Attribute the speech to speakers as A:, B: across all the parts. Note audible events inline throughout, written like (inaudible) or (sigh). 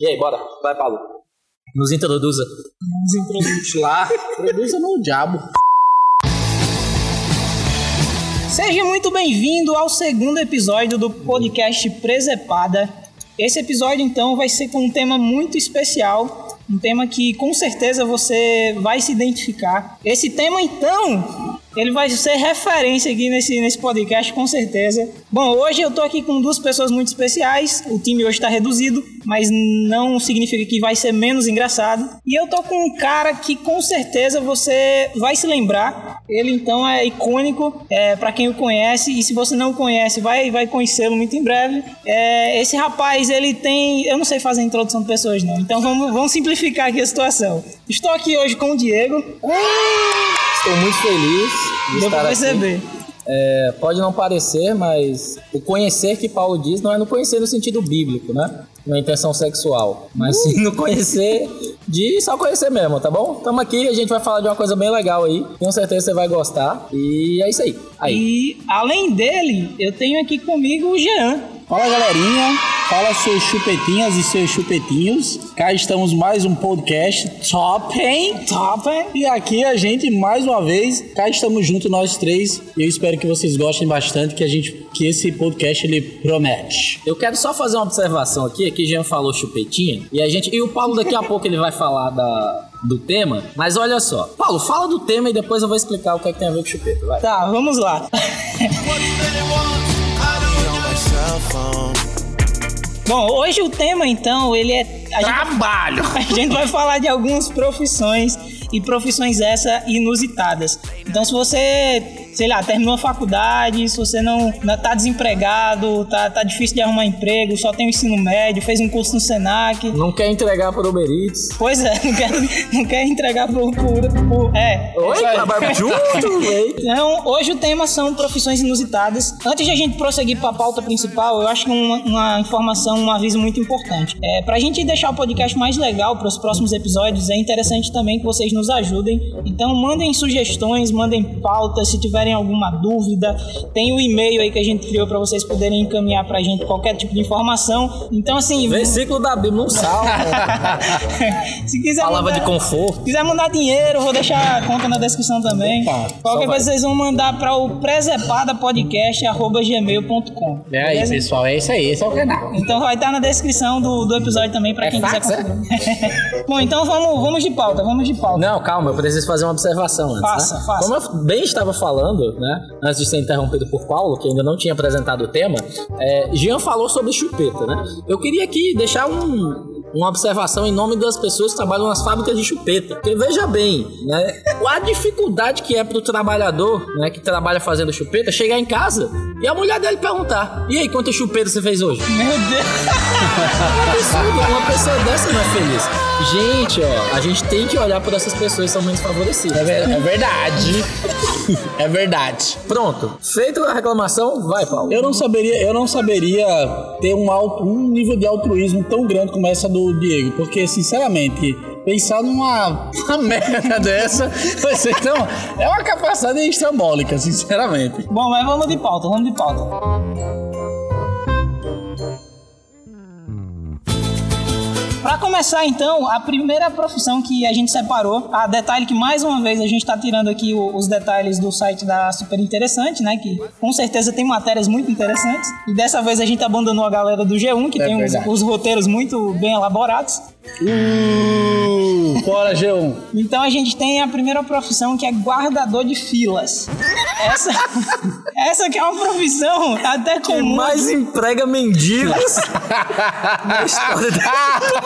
A: E aí, bora. Vai, Paulo. Nos introduza.
B: Nos introduz lá. Introduza no diabo. Seja muito bem-vindo ao segundo episódio do podcast Presepada. Esse episódio, então, vai ser com um tema muito especial, um tema que com certeza você vai se identificar. Esse tema, então, ele vai ser referência aqui nesse, nesse podcast, com certeza. Bom, hoje eu tô aqui com duas pessoas muito especiais. O time hoje tá reduzido, mas não significa que vai ser menos engraçado. E eu tô com um cara que com certeza você vai se lembrar. Ele então é icônico é, para quem o conhece. E se você não o conhece, vai, vai conhecê-lo muito em breve. É, esse rapaz, ele tem. Eu não sei fazer introdução de pessoas, não. Então vamos, vamos simplificar aqui a situação. Estou aqui hoje com o Diego.
A: Estou muito feliz de
B: Deu
A: estar
B: pra
A: aqui.
B: perceber.
A: É, pode não parecer, mas o conhecer que Paulo diz não é no conhecer no sentido bíblico, né? Na intenção sexual. Mas sim no conhecer de só conhecer mesmo, tá bom? Tamo aqui, a gente vai falar de uma coisa bem legal aí. Tenho certeza que você vai gostar. E é isso aí. Aí.
B: E além dele, eu tenho aqui comigo o Jean.
C: Fala galerinha, fala seus chupetinhas e seus chupetinhos. Cá estamos mais um podcast top, hein?
B: Top, hein?
C: E aqui a gente mais uma vez, cá estamos juntos nós três. Eu espero que vocês gostem bastante que a gente que esse podcast ele promete.
A: Eu quero só fazer uma observação aqui, aqui Jean falou chupetinha, e a gente. E o Paulo daqui a pouco ele vai falar da, do tema, mas olha só. Paulo, fala do tema e depois eu vou explicar o que é que tem a ver com chupeta. Vai.
B: Tá, vamos lá. Bom, hoje o tema então, ele é a gente-
C: Trabalho.
B: (laughs) a gente vai falar de algumas profissões e profissões essa inusitadas. Então, se você, sei lá, terminou a faculdade, se você não não tá desempregado, tá, tá difícil de arrumar emprego, só tem o ensino médio, fez um curso no Senac.
A: Não quer entregar para o Uber Eats.
B: Pois é, (laughs) não quer, não quer entregar pro, pro, pro- É. é
A: Oi,
B: isso aí.
A: trabalho junto,
B: (laughs)
A: véi.
B: Então, hoje o tema são profissões inusitadas. Antes de a gente prosseguir para a pauta principal, eu acho que uma, uma informação, um aviso muito importante. É, para a gente deixar o podcast mais legal para os próximos episódios, é interessante também que vocês nos ajudem. Então, mandem sugestões, mandem pautas, se tiverem alguma dúvida. Tem o e-mail aí que a gente criou para vocês poderem encaminhar para a gente qualquer tipo de informação. Então, assim, (laughs)
A: Versículo da Bíblia, um salmo.
B: se quiser
A: Palavra
B: mandar-
A: de conforto.
B: se quiser mandar dinheiro, vou deixar a conta na descrição também.
C: Opa,
B: Qualquer
A: Tá, só vai.
B: coisa vocês vão mandar para o presepadapodcast.gmail.com.
C: É aí,
B: beleza?
C: pessoal, é isso aí, esse é o canal.
B: Então vai estar na descrição do, do episódio também para
A: É
B: quem
A: fax,
B: quiser conferir. (laughs) Bom, então vamos, vamos de pauta, vamos de pauta.
A: Não, calma, eu preciso fazer uma observação antes.
B: Faça,
A: né?
B: faça.
A: Como eu bem estava falando, né? Antes de ser interrompido por Paulo, que ainda não tinha apresentado o tema, é, Jean falou sobre chupeta, né? Eu queria aqui deixar um- uma observação em nome das pessoas que trabalham nas fábricas de chupeta. Porque veja bem, né? A dificuldade que é pro trabalhador, né, que trabalha fazendo chupeta, chegar em casa e a mulher dele perguntar: E aí, quantas chupetas você fez hoje?
B: Meu Deus.
A: absurdo, uma pessoa dessa não é feliz. Gente, ó, a gente tem que olhar por essas pessoas que são menos
C: É,
A: favorecidas.
C: ver- é verdade. (laughs) é verdade.
A: Pronto, feita a reclamação, vai, Paulo.
C: Eu não saberia, eu não saberia ter um, alto, um nível de altruísmo tão grande como essa do Diego, porque sinceramente, pensar numa (laughs) uma merda dessa, vai ser tão, é uma capacidade estrambólica, sinceramente.
B: Bom, mas vamos de pauta, vamos de pauta. Pra começar, então, a primeira profissão que a gente separou, a detalhe que mais uma vez a gente tá tirando aqui o- os detalhes do site da Super Interessante, né? Que com certeza tem matérias muito interessantes. E dessa vez a gente abandonou a galera do G1, que
C: É
B: tem os,
C: verdade.
B: os roteiros muito bem elaborados.
C: Uh, fora G1.
B: Então a gente tem a primeira profissão que é guardador de filas. Essa, (laughs) essa que é uma profissão até comum.
A: mais emprega mendigos
C: (laughs)
A: na história da...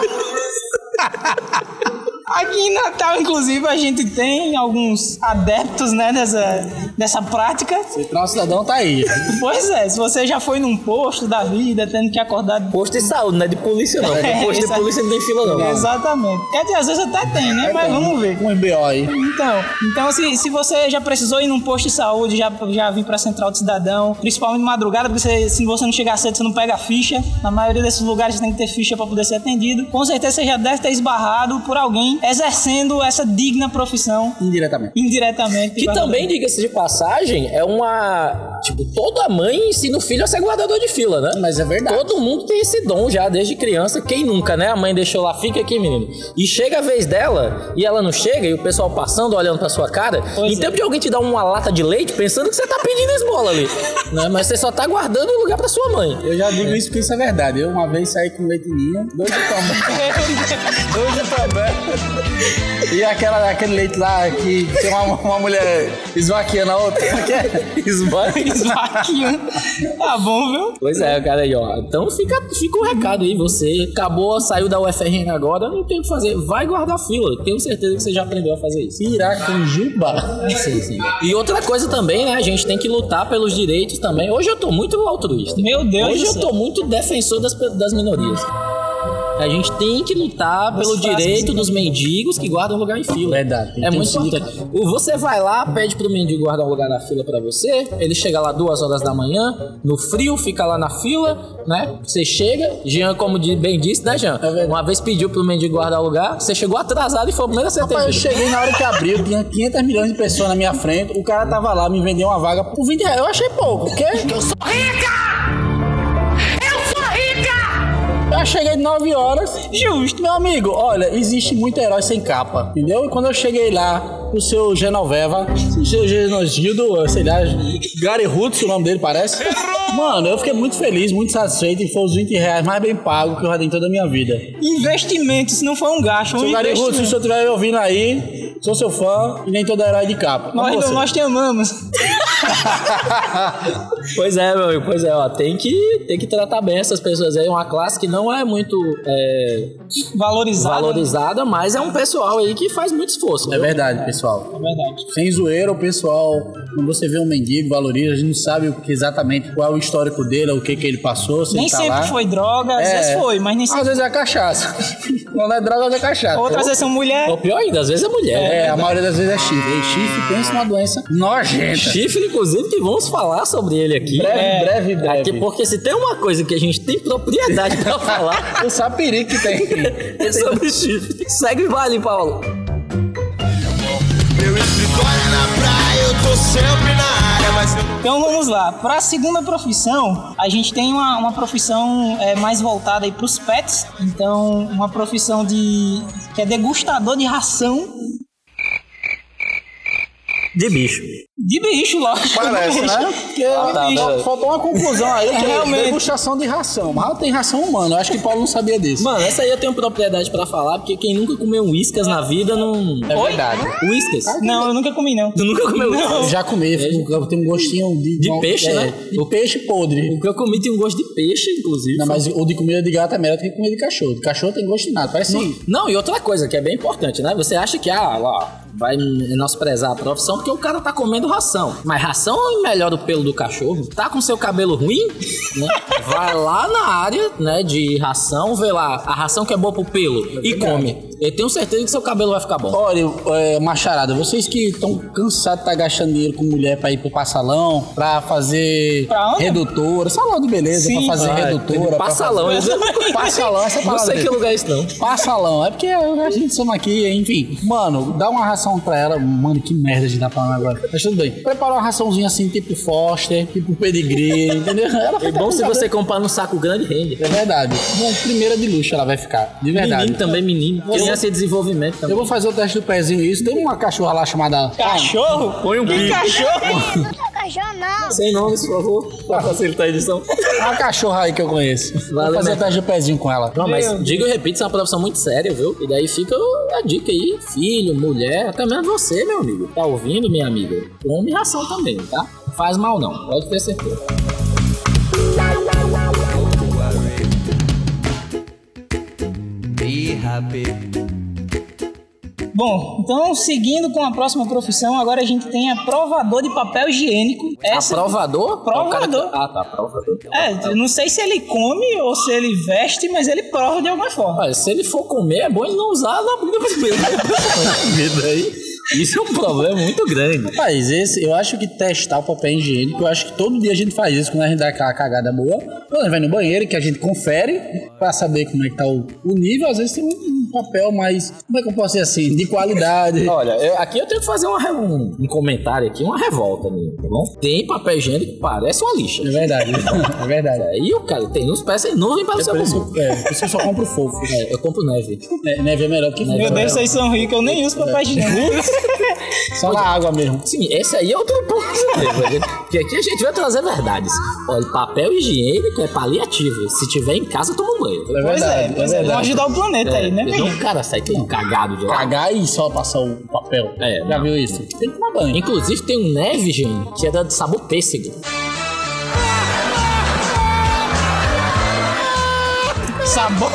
B: Aqui em Natal, inclusive, a gente tem alguns adeptos né, dessa, dessa prática.
C: Esse troço cidadão tá aí.
B: Pois é, se você já foi num posto da vida, tendo que acordar.
A: Posto de saúde, não é de polícia, não. É de posto de
B: Exato.
A: polícia não tem fila, não.
B: Exatamente. Quer dizer, às vezes é, até tem, né? Mas vamos ver.
C: Um BO aí.
B: Então, então se, se você já precisou ir num posto de saúde, já, já vir pra Central do Cidadão, principalmente de madrugada, porque você- se você não chegar cedo, você não pega a ficha. Na maioria desses lugares você tem que ter ficha pra poder ser atendido. Com certeza você já deve ter esbarrado por alguém exercendo essa digna profissão
C: Indiretamente.
B: indiretamente.
A: Que também, diga-se de passagem, é uma. Tipo, toda mãe ensina o filho a ser guardador de fila, né?
C: Mas é verdade.
A: Todo mundo tem esse dom já desde criança. Quem nunca, né? A mãe deixou lá, fica aqui, menino. E chega a vez dela, e ela não chega, e o pessoal passando, olhando pra sua cara.
B: Pois
A: em
B: é.
A: tempo de alguém te dar uma lata de leite, pensando que você tá pedindo esmola ali. (laughs) né? Mas você só tá guardando o lugar pra sua mãe.
C: Eu já digo isso porque isso é verdade. Eu uma vez saí com leite minha, dois de tomate, (laughs) dois de né? tomate. E aquela, aquele leite lá que tem uma, uma mulher esvaquiando a outra. Como é que é? Esvaquia.
B: Esvaquiando. Tá bom, viu?
A: Pois é, cara aí, ó. Então fica, fica o recado aí. Você acabou, saiu da UFRN agora, não tem o que fazer. Vai guardar fila. Tenho certeza que você já aprendeu a fazer isso.
C: Piracanjuba.
A: Sim, sim. E outra coisa também, né? A gente tem que lutar pelos direitos também. Hoje eu tô muito altruísta.
B: Meu Deus
A: Hoje
B: do
A: eu
B: céu.
A: tô muito defensor das, pe- das minorias. A gente tem que lutar pelo
B: frases
A: direito dos mendigos que guardam lugar em fila.
C: Verdade, tem
A: É
C: que
A: muito
C: ter um
A: importante. O- Você vai lá, pede pro mendigo guardar um lugar na fila pra você, ele chega lá duas horas da manhã, no frio, fica lá na fila, né? Você chega, Jean, como de- bem disse, né, Jean?
C: É verdade.
A: Uma vez pediu pro mendigo guardar o lugar, você chegou atrasado e foi o primeiro a ser
C: Rapaz, eu
A: atendido.
C: cheguei na hora que abriu, tinha 500 milhões de pessoas na minha frente. O cara tava lá, me vendeu uma vaga por 20 reais. Eu achei pouco, porque eu sou rica! Eu sou rica! Eu cheguei 9 horas. Justo, meu amigo. Olha, existe muito herói sem capa, entendeu? E quando eu cheguei lá, o seu Genoveva, o seu Genogildo, eu sei lá, Gary Hutz, o nome dele parece. Mano, eu fiquei muito feliz, muito satisfeito e foi os 20 reais mais bem pago que eu já dei em toda a minha vida.
B: Investimento, isso não foi um gasto, foi
C: Seu
B: um
C: Gary Russo, se
B: investimento.
C: você estiver me ouvindo aí, sou seu fã e nem todo herói de capa. Mas
B: Nós,
C: você,
B: nós te amamos.
A: Pois é, meu amigo, pois é, ó. Tem que, tem que tratar bem essas pessoas aí. É uma classe que não é muito é,
B: Valorizado.
A: valorizada, mas é um pessoal aí que faz muito esforço. né?
C: É verdade, pessoal.
B: É verdade.
C: Sem zoeira, o pessoal, quando você vê um mendigo, valoriza, a gente não sabe o que- exatamente qual é o histórico dele, o que, que ele passou, se
B: Nem
C: ele tá
B: sempre
C: lá.
B: foi droga, às
C: É.
B: vezes foi, mas nem sempre.
C: Às vezes é cachaça. Quando é droga, às vezes é cachaça.
B: Outras vezes são mulher.
A: Ou pior ainda, às vezes é mulher.
C: É, a maioria das vezes é chifre. E chifre pensa numa doença nojenta.
A: Chifre, inclusive, que vamos falar sobre ele aqui.
C: Breve,
A: É.
C: breve, breve.
A: Aqui, porque se tem uma coisa que a gente tem propriedade pra falar,
C: O sapiri que tem.
A: é sobre chifre. Segue o baile, Paulo.
D: Meu escritório é na praia, eu tô sempre na área, mas eu
B: Então vamos lá. Para a segunda profissão, a gente tem uma, uma profissão é, mais voltada para os pets. Então, uma profissão de que é degustador de ração
A: De bicho.
B: de bicho, lógico.
C: Parece, né? Porque
B: Ah,
A: tá,
C: bicho,
A: beleza.
C: faltou uma conclusão
A: Ah,
C: aí, que é
B: Realmente.
C: degustação de ração. Mas tem ração humana, eu acho que Paulo não sabia disso.
A: Mano, essa aí eu tenho propriedade pra falar, porque quem nunca comeu uíscas na vida não.
C: É verdade.
A: Uíscas?
B: Não, eu nunca comi, não.
A: Tu nunca comeu
C: Eu
A: uíscas?
C: já comi, fica- tem um gostinho de,
A: É. De peixe,
C: é,
A: né?
C: De peixe podre.
A: O que eu comi tem um gosto de peixe, inclusive.
C: Não, mas o de comida de gato é melhor do que comida de cachorro. De cachorro tem gosto de nada, parece. assim,
A: Não, e outra coisa que é bem importante, né? Você acha que, ah, lá, vai menosprezar a profissão porque o cara tá comendo ração. Mas ração melhora o pelo do cachorro. Tá com seu cabelo ruim, né? Vai lá na área, né, de ração, vê lá a ração que é boa pro pelo e come. Eu tenho certeza que seu cabelo vai ficar bom.
C: Olha, é, macharada, vocês que estão cansados de estar gastando dinheiro com mulher pra ir pro passalão, pra fazer
B: Pra onde?
C: redutora, salão de beleza,
B: Sim.
C: pra fazer
A: Ah,
C: redutora. pra
A: passalão,
C: fazer-
A: eu (laughs) não-
C: Passalão, essa
A: Não
C: palavra.
A: sei que
C: dele.
A: lugar é isso, não.
C: Passalão, é porque a gente estamos aqui, enfim. Mano, dá uma ração pra ela. Mano, que merda de dar pra ela agora. Mas tudo bem. Prepara uma raçãozinha assim, tipo Foster, tipo Pedigree,
B: (laughs)
C: entendeu? Ela
A: É
C: fica
A: bom se
C: com
A: você
C: saber.
A: comprar num saco grande rende.
C: É verdade. Bom, primeira de luxo ela vai ficar, de verdade.
A: Menino também, menino. Criança e desenvolvimento também.
C: Eu vou fazer o teste do pezinho isso. Tem uma cachorra lá chamada...
B: Cachorro?
A: Põe um
B: Que
A: bico.
B: cachorro?
E: cachorro não.
A: Sem nomes, por favor, pra facilitar a edição.
C: É Uma cachorra aí que eu conheço.
A: Valeu,
C: vou fazer
A: né?
C: o teste do pezinho com ela.
A: Não, mas digo e repito, isso é uma profissão muito séria, viu? E daí fica a dica aí, filho, mulher, até mesmo você, meu amigo. Tá ouvindo, minha amiga? Come ração também, tá? Não Faz mal não, pode ter certeza.
F: Be happy.
B: Bom, então seguindo com a próxima profissão, agora a gente tem a provador de papel higiênico. Essa
C: Tá
A: Aprovador?
B: Provador.
A: É o cara que- Ah, tá, provador.
B: É, eu não sei se ele come ou se ele veste, mas ele prova de alguma forma.
A: Olha, se ele for comer, é bom ele não usar a bunda primeiro. Medo aí. Isso é um problema muito grande.
C: Rapaz, esse, eu acho que testar o papel higiênico, eu acho que todo dia a gente faz isso quando a gente dá aquela cagada boa. Quando a gente vai no banheiro, que a gente confere pra saber como é que tá o, o nível, às vezes tem um, papel mais, como é que eu posso dizer assim, de (laughs) qualidade.
A: Olha, eu- É, aqui eu tenho que fazer uma re- um, um comentário aqui, uma revolta mesmo, tá bom? Tem papel higiênico que parece uma lixa.
C: É verdade, (laughs) é verdade.
A: Aí o cara tem uns peças nuvem para o
C: É
A: seu
C: por
A: bumbum.
C: isso, é, por isso eu só compro fofo.
A: É, eu compro neve.
C: Ne- Neve é melhor que
B: Meu
C: fofo.
B: Deus, vocês são ricos, eu nem uso papel higiênico.
C: Só na água mesmo.
A: Sim, esse aí é outro ponto mesmo. né? Porque aqui a gente vai trazer verdades. Olha, papel higiênico é paliativo. Se tiver em casa, toma um banho.
B: (laughs)
C: É
B: Pois é,
C: verdade,
B: pois
C: é
B: é, vamos
C: verdade. É,
B: ajudar o planeta aí, né,
A: Então
B: menino?
A: o cara sai tão cagado de lá.
C: Cagar e só passar o papel.
A: É,
C: Já
A: não.
C: viu isso? Tem que tomar banho.
A: Inclusive tem um neve, gente, que é da- de sabor pêssego.
B: Sabor.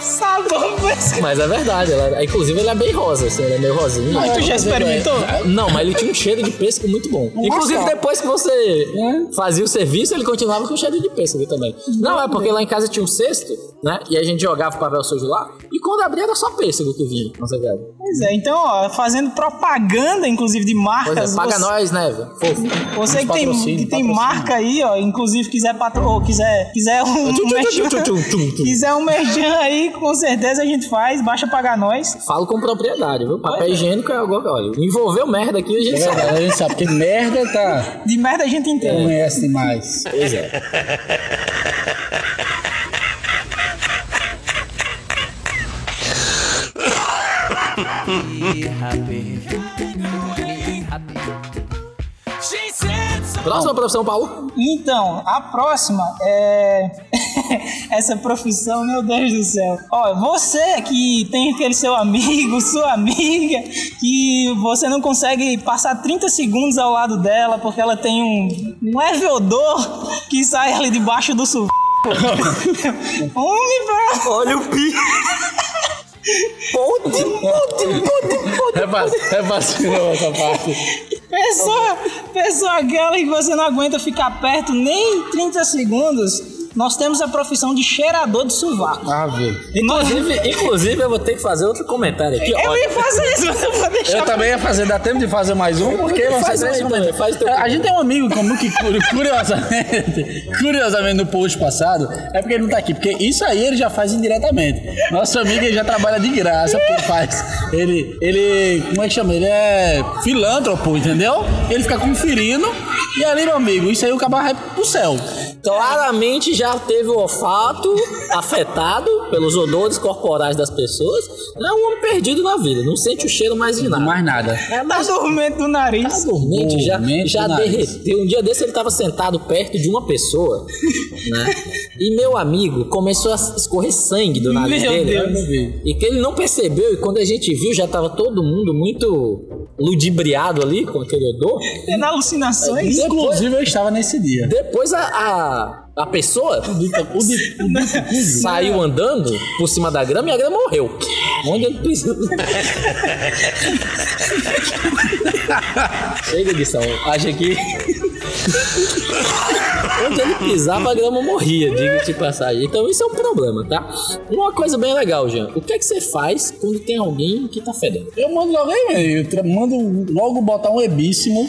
B: Sabor. mas-
A: Mas é verdade, ela, inclusive ele é bem rosa, assim, ele é meio rosinho.
B: Mas tu já experimentou?
A: Não, mas ele tinha um cheiro de pêssego muito bom. Inclusive,
C: cara.
A: depois que você fazia o serviço, ele continuava com o cheiro de pêssego também. Não, é porque lá em casa tinha um cesto, né? E a gente jogava o papel sujo lá. E quando abria, era só pêssego que vinha. Nossa, velho.
B: Pois é, então, ó, fazendo propaganda, inclusive, de
A: Pois
B: marcas.
A: é, paga
B: você-
A: nós, né, velho? Fofo.
B: Você que tem,
C: Patrocínio,
B: que tem
C: patrocínio.
B: marca aí, ó, inclusive quiser patro... ou quiser, quiser um
A: Tchum, tchum, tchum, tchum,
B: merchan,
A: tchum, tchum, tchum.
B: quiser um merchan aí, com certeza a gente faz, baixa pagar nós.
A: Falo com propriedade, viu? Papel higiênico é algo. Olha, envolveu merda aqui, a
C: É
A: gente sabe.
C: verdade, a gente sabe, porque merda tá.
B: De merda a gente entende.
C: Conhece demais.
A: Pois é. Próxima profissão, Paulo.
B: Então, a próxima é (laughs) essa profissão, meu Deus do céu. Ó, você que tem aquele seu amigo, (laughs) sua amiga, que você não consegue passar 30 segundos ao lado dela porque ela tem um um leve odor que sai ali debaixo do su... Homem, velho!
A: Olha o pi. Ponte, ponte, ponte, ponte.
C: É fácil, (laughs) é fácil não, essa parte.
B: Pessoa, pessoa aquela que você não aguenta ficar perto nem 30 segundos, nós temos a profissão de cheirador de sovaco.
C: Ave.
A: Inclusive, inclusive, eu vou ter que fazer outro comentário aqui.
B: Eu
A: ó.
B: ia fazer isso, mas eu vou deixar.
C: Eu também ia fazer, dá tempo de fazer mais um, porque você
A: Faz mais um, Pedro, faz teu
C: A gente tem um amigo comum que, curi- curiosamente, curiosamente, no post passado, é porque ele não tá aqui, porque isso aí ele já faz indiretamente. Nosso amigo ele já trabalha de graça, porque ele faz. Ele, ele, como é que chama? Ele é filântropo, entendeu? Ele fica conferindo, e ali, meu amigo, isso aí o cabra vai pro céu.
A: Claramente já teve o olfato afetado pelos odores corporais das pessoas. É um homem perdido na vida, não sente o cheiro mais de nada.
C: Mais nada.
A: É,
B: Tá
A: mas
B: dormindo do nariz.
A: dormente, já,
C: Dormente
A: já
C: do nariz.
A: derreteu. Um dia desse ele estava sentado perto de uma pessoa, né? E meu amigo começou a escorrer sangue do nariz
B: Meu
A: dele.
B: Deus.
A: E que ele não percebeu, e quando a gente viu, já tava todo mundo muito ludibriado ali com aquele odor.
B: Tendo alucinações.
C: Inclusive, eu estava nesse dia.
A: Depois a, a, a pessoa
C: O dito- o né? dito-
A: (laughs)
C: o dito cujo.
A: saiu andando por cima da grama e a grama morreu. Onde ele
C: (laughs)
A: precisa. Chega edição. Acha que. Onde ele pisava, a grama morria, diga de passagem. Então isso é um problema, tá? Uma coisa bem legal, Jean. O que é que você faz quando tem alguém que tá fedendo?
C: Eu mando logo aí, velho. Eu tra- mando logo botar um ebíssimo.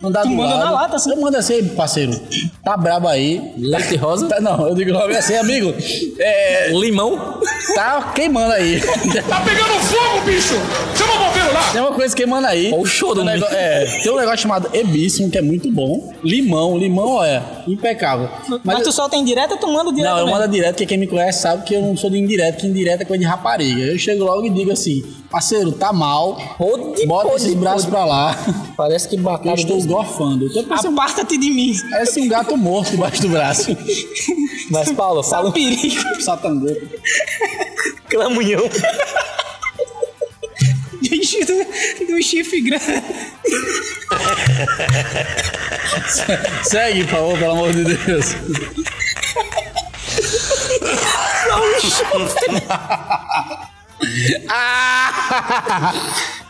C: Mandar
B: Tu
C: do
B: manda
C: lado.
B: na lata, assim.
C: Eu mando assim, parceiro. Tá brabo aí.
A: Leite rosa?
C: Tá- não, eu digo logo assim, amigo. É,
A: Limão?
C: tá queimando aí.
E: (laughs) Tá pegando fogo, bicho! Chama o bombeiro lá!
C: Tem uma coisa queimando aí.
A: Ó o show do
B: né?
C: Tem um negócio- É, tem um negócio chamado ebíssimo que é muito bom. Limão, limão, ó, é impecável.
B: Mas tu solta indireta, tu manda direto.
C: Não, eu
B: mesmo.
C: mando direto, porque quem me conhece sabe que eu não sou de indireto, que indireto é coisa de rapariga. Eu chego logo e digo assim, parceiro, tá mal.
A: Pode,
C: Bota
A: pode,
C: esses braços pra lá.
A: Parece que
C: que Eu
A: bateu.
C: estou gorfando. Eu tô pensando,
B: Aparta-te de mim.
C: parece um gato morto debaixo do braço.
A: (laughs) Mas, Paulo, fala um
B: Perigo.
C: Satangô.
A: clamunhão.
B: Bicho do, (laughs) do chifre grande.
C: Segue, por favor, pelo amor de Deus.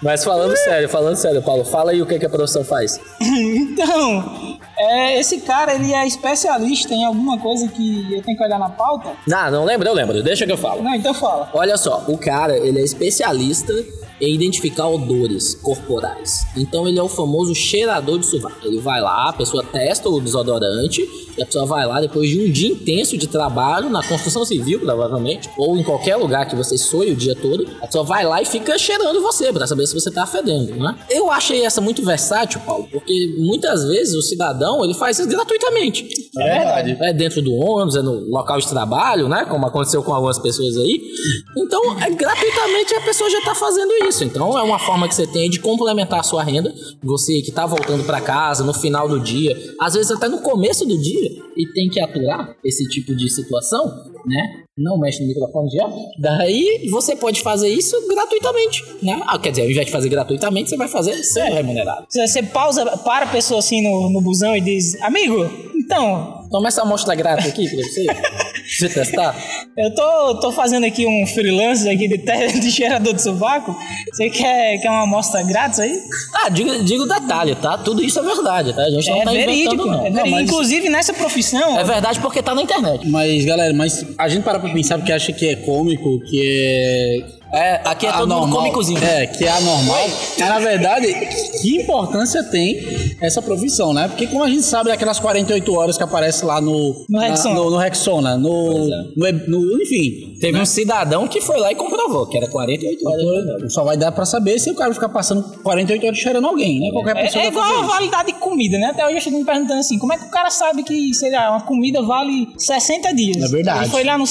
A: Mas falando sério, falando sério, Paulo, fala aí o que, que a profissão faz.
B: Então, é, esse cara, ele é especialista em alguma coisa que eu tenho que olhar na pauta?
A: Ah, Não, não lembro, eu lembro. Deixa que eu falo.
B: Não, então fala.
A: Olha só, o cara, ele é especialista é identificar odores corporais. Então ele é o famoso cheirador de sovaco. Ele vai lá, a pessoa testa o desodorante, e a pessoa vai lá depois de um dia intenso de trabalho na construção civil, provavelmente, ou em qualquer lugar que você soe o dia todo, a pessoa vai lá e fica cheirando você pra saber se você tá fedendo, né? Eu achei essa muito versátil, Paulo, porque muitas vezes o cidadão ele faz isso gratuitamente.
C: É verdade.
A: É dentro do ônibus, é no local de trabalho, né? Como aconteceu com algumas pessoas aí. Então, é, gratuitamente a pessoa já tá fazendo isso. Então, é uma forma que você tem de complementar a sua renda. Você que tá voltando para casa no final do dia, às vezes até no começo do dia, e tem que aturar esse tipo de situação, né? Não mexe no microfone já. Daí você pode fazer isso gratuitamente, né? Ah, quer dizer, ao invés de fazer gratuitamente, você vai fazer sendo remunerado.
B: Você- Você pausa, para a pessoa assim no, no busão e diz: Amigo, então,
A: Toma essa amostra grátis aqui pra você, pra você testar.
B: eu tô, tô fazendo aqui um freelance aqui de, (laughs) te- de cheirador de sovaco. Você quer, quer uma amostra grátis aí?
A: Ah, digo, digo detalhe, tá? Tudo isso é verdade, tá? A gente não
B: É
A: tá
B: verídico.
A: inventando, não.
B: é
A: Não,
B: verídico.
A: mas-
B: Inclusive nessa profissão,
A: É verdade porque tá na internet.
C: Mas, galera, mas a gente para pra pensar porque acha que é cômico, que é.
A: É, aqui é todo mundo cômicozinho.
C: É, que é anormal. Mas, na verdade, que importância tem essa profissão, né? Porque, como a gente sabe, aquelas 48 horas que aparece lá no.
B: No Rexona.
C: na- No, no Rexona. No, no- no- enfim.
A: é.
C: né?
A: Teve um cidadão que foi lá e comprovou que era 48 horas. de verdade.
C: Só vai dar pra saber se o cara ficar passando 48 horas cheirando alguém, né? Qualquer
B: É,
C: pessoa.
B: é
C: vai
B: igual
C: fazer
B: a
C: isso.
B: validade de comida, né? Até hoje eu fico me perguntando assim, como é que o cara sabe que, sei lá, uma comida vale 60 dias?
C: É verdade.
B: Ele foi lá no